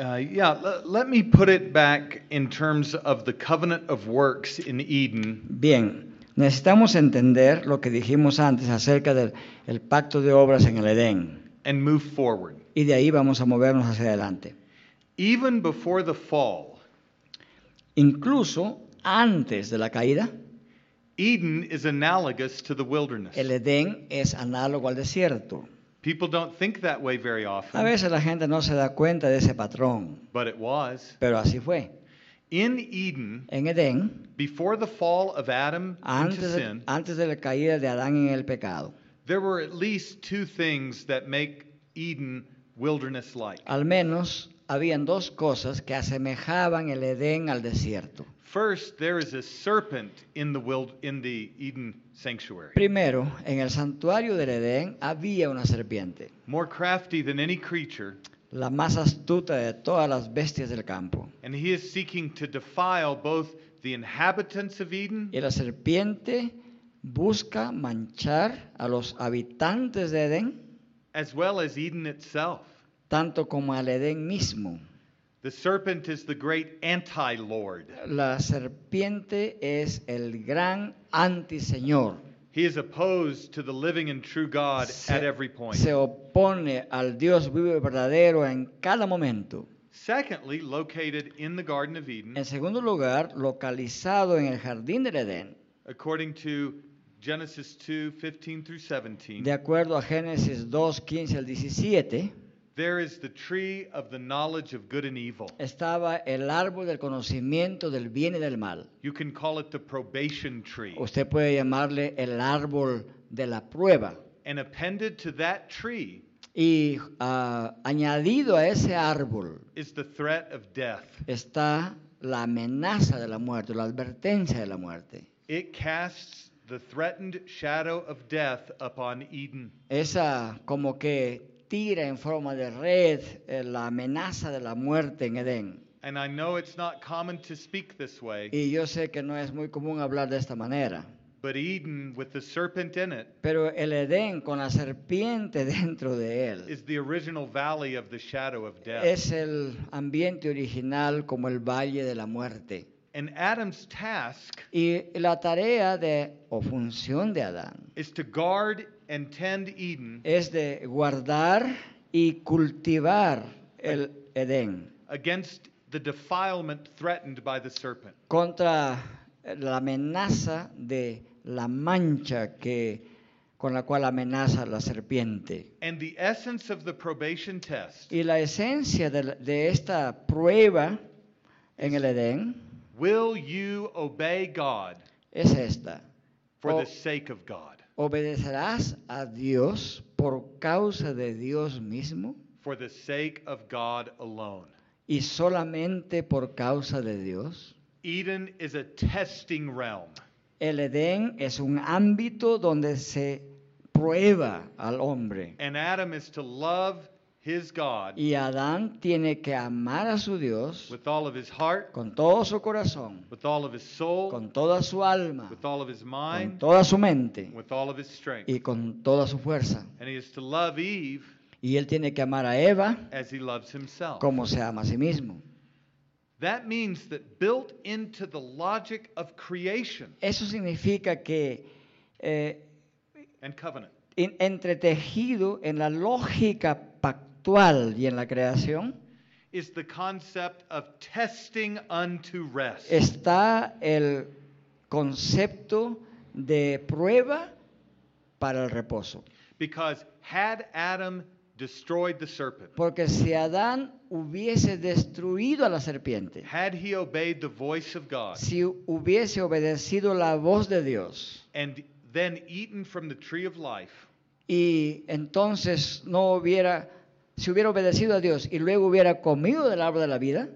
Uh, yeah, le- let me put it back in terms of the covenant of works in Eden. Bien, necesitamos entender lo que dijimos antes acerca del el pacto de obras en el Edén and move forward. y de ahí vamos a movernos hacia adelante. Even before the fall, Incluso antes de la caída, Eden is analogous to the wilderness. el Edén es análogo al desierto. People don't think that way very A often, veces la gente no se da cuenta de ese patrón, but it was. pero así fue. In Eden, En Edén, before the fall of Adam into antes de, sin, antes de la caída de Adán en el pecado, there were at least two things that make Eden wilderness like. al menos habían dos cosas que asemejaban el Edén al desierto. First, there is a serpent in the wild in the Eden sanctuary, Primero, en el santuario del Edén había una serpiente, more crafty than any creature, la más astuta de todas las bestias del campo. and he is seeking to defile both the inhabitants of Eden Y la serpiente busca manchar a los habitantes de Edén, as well as Eden itself. tanto como al Edén mismo. The serpent is the great anti Lord. La serpiente es el gran antiseñor. He is opposed to the living and true God at every point. se opone al Dios vivo y verdadero en cada momento. Secondly, located in the Garden of Eden, En segundo lugar, localizado en el jardín del Edén, according to Genesis 2 15 through 17, de acuerdo a Génesis 2, 15 al 17, there is the tree of the knowledge of good and evil. estaba el árbol del conocimiento del bien y del mal. You can call it the probation tree. Usted puede llamarle el árbol de la prueba. And appended to that tree Y ah, añadido a ese árbol is the threat of death. está la amenaza de la muerte, la advertencia de la muerte. It casts the threatened shadow of death upon Eden. esa como que tira en forma de red eh, la amenaza de la muerte en Edén. And I know it's not common to speak this way, Y yo sé que no es muy común hablar de esta manera, but Eden, with the serpent in it, pero el Edén con la serpiente dentro de él is the original valley of the shadow of death. es el ambiente original como el valle de la muerte. And Adam's task Y la tarea de o función de Adán is to guard and tend Eden es de guardar y cultivar el Edén. against the defilement threatened by the serpent. contra la amenaza de la mancha que con la cual amenaza la serpiente. And the essence of the probation test Y la esencia de, la- de esta prueba en el Edén will you obey God es esta. for O- the sake of God, ¿Obedecerás a Dios por causa de Dios mismo for the sake of God alone? y solamente por causa de Dios? Eden is a testing realm. El Edén es un ámbito donde se prueba al hombre. And Adam is to love his God Y Adán tiene que amar a su Dios with all of his heart, con todo su corazón, with all of his soul, con toda su alma, with all of his con mind, toda su mente with all of his strength. y con toda su fuerza. And he is to love Eve Y él tiene que amar a Eva as he loves himself. como se ama a sí mismo. That means that built into the logic of creation Eso significa que eh, and covenant en- entretejido en la lógica pactual y en la creación is the concept of testing unto rest. está el concepto de prueba para el reposo. Because had Adam destroyed the serpent, Porque si Adán hubiese destruido a la serpiente, had he obeyed the voice of God si hubiese obedecido la voz de Dios and then eaten from the tree of life, y entonces no hubiera, si hubiera obedecido a Dios y luego hubiera comido del árbol de la vida,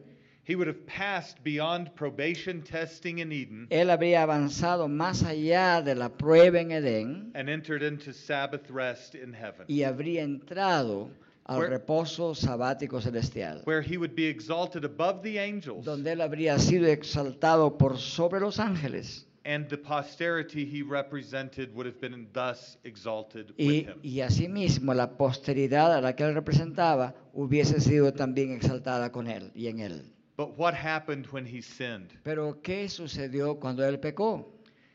he would have passed beyond probation testing in Eden él habría avanzado más allá de la prueba en Edén and entered into Sabbath rest in heaven. y habría entrado al Where- reposo sabático celestial, where he would be exalted above the angels donde él habría sido exaltado por sobre los ángeles. and the posterity he represented would have been thus exalted with Y, him. y asimismo la posteridad a la que él representaba hubiese sido también exaltada con él y en él. But what happened when he sinned? Pero ¿qué sucedió cuando él pecó?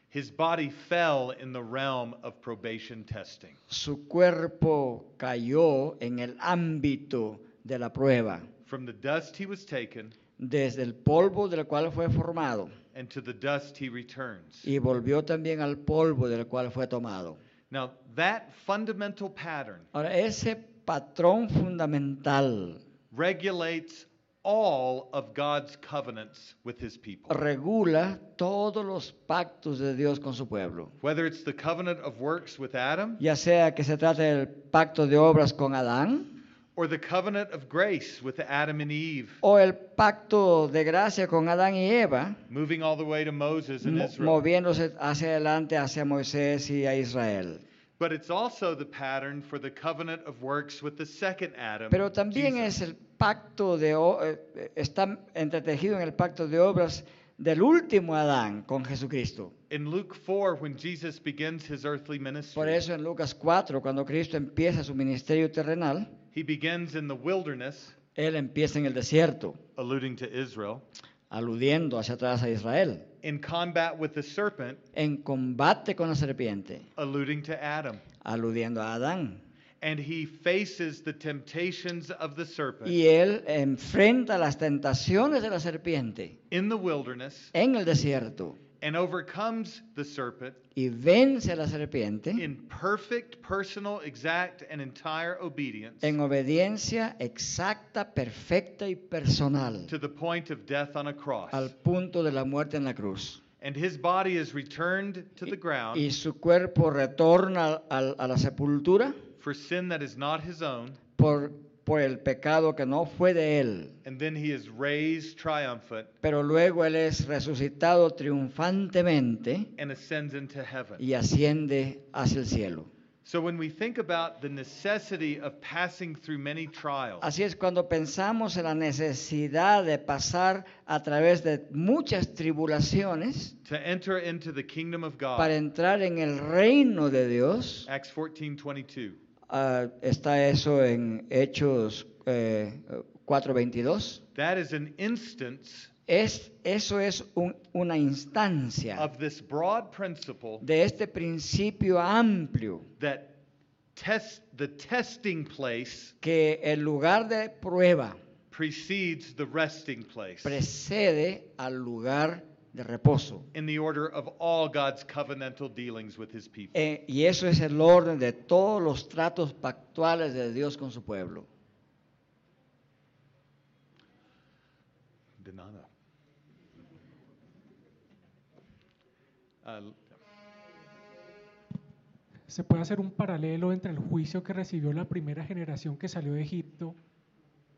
His body fell in the realm of probation testing. Su cuerpo cayó en el ámbito de la prueba, From the dust he was taken, desde el polvo del cual fue formado and to the dust he returns. y volvió también al polvo del cual fue tomado. Now, that fundamental pattern Ahora, ese patrón fundamental regulates all of God's covenants with his people. regula todos los pactos de Dios con su pueblo. Whether it's the covenant of works with Adam ya sea que se trate del pacto de obras con Adán or the covenant of grace with Adam and Eve, o el pacto de gracia con Adán y Eva, moving all the way to Moses and mo- Israel. moviéndose hacia adelante hacia Moisés y a Israel. But it's also the pattern for the covenant of works with the second Adam. Pero también Jesus. es el pacto de o- eh, está entretejido en el pacto de obras del último Adán con Jesucristo. In Luke 4, when Jesus begins his earthly Por ministry, eso en Lucas 4, cuando Cristo empieza su ministerio terrenal, he begins in the wilderness, él empieza en el desierto, alluding to Israel, aludiendo hacia atrás a Israel, in combat with the serpent, en combate con la serpiente, alluding to Adam. aludiendo a Adán. And he faces the temptations of the serpent Y él enfrenta las tentaciones de la serpiente in the wilderness en el desierto and overcomes the serpent y vence a la serpiente in perfect, personal, exact, and entire obedience en obediencia exacta, perfecta y personal to the point of death on a cross. al punto de la muerte en la cruz. And his body is returned to the ground Y su cuerpo retorna al- a la sepultura for sin that is not his own. por, por el pecado que no fue de él. And then he is raised triumphant Pero luego él es resucitado triunfantemente and ascends into heaven. y asciende hacia el cielo. So when we think about the necessity of passing through many trials, Así es, cuando pensamos en la necesidad de pasar a través de muchas tribulaciones to enter into the kingdom of God, para entrar en el reino de Dios, Acts 14, 22. ah, está eso en Hechos eh, 4:22. That is an instance Es, eso es un- una instancia of this broad principle de este principio amplio that test, the testing place que el lugar de prueba precedes the resting place precede al lugar de reposo. in the order of all God's covenantal dealings with his people. Eh, y eso es el orden de todos los tratos pactuales de Dios con su pueblo. De nada. Uh, se puede hacer un paralelo entre el juicio que recibió la primera generación que salió de Egipto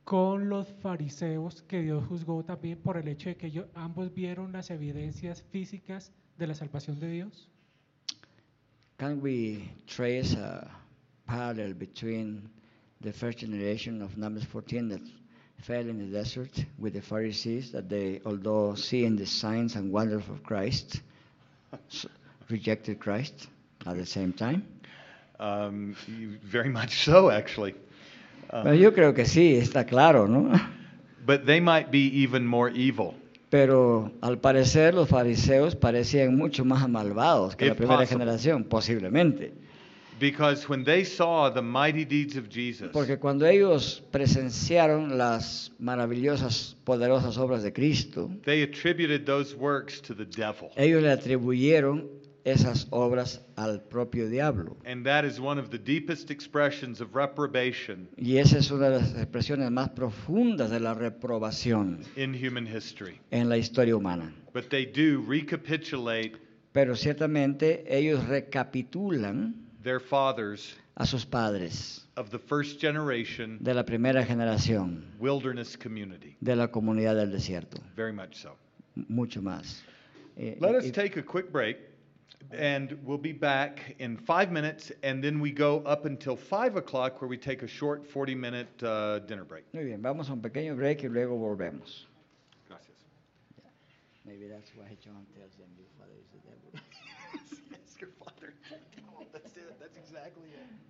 con los fariseos que Dios juzgó también por el hecho de que ellos ambos vieron las evidencias físicas de la salvación de Dios. Can we trace a parallel between the first generation of Numbers 14 that fell in the desert with the Pharisees that they, although seeing the signs and wonders of Christ, s- rejected Christ at the same time? Um, you- very much so, actually. Uh, Bueno, yo creo que sí, está claro, ¿no? but they might be even more evil, Pero al parecer los fariseos parecían mucho más malvados que la If primera possible. generación, posiblemente. because when they saw the mighty deeds of Jesus, Porque cuando ellos presenciaron las maravillosas, poderosas obras de Cristo, they attributed those works to the devil. ellos le atribuyeron esas obras al propio diablo. And that is one of the deepest expressions of reprobation Y esa es una de las expresiones más profundas de la reprobación in human history. en la historia humana. But they do recapitulate Pero ciertamente ellos recapitulan their fathers a sus padres of the first generation de la primera generación wilderness community. de la comunidad del desierto, Very much so. mucho más. Eh, Let y- us y- take a quick break And we'll be back in five minutes, and then we go up until five o'clock where we take a short 40 minute uh, dinner break. Muy bien, vamos a un pequeño break y luego volvemos. Gracias. Maybe that's why John tells them your father is the devil. Ask your father. That's it. That's exactly it.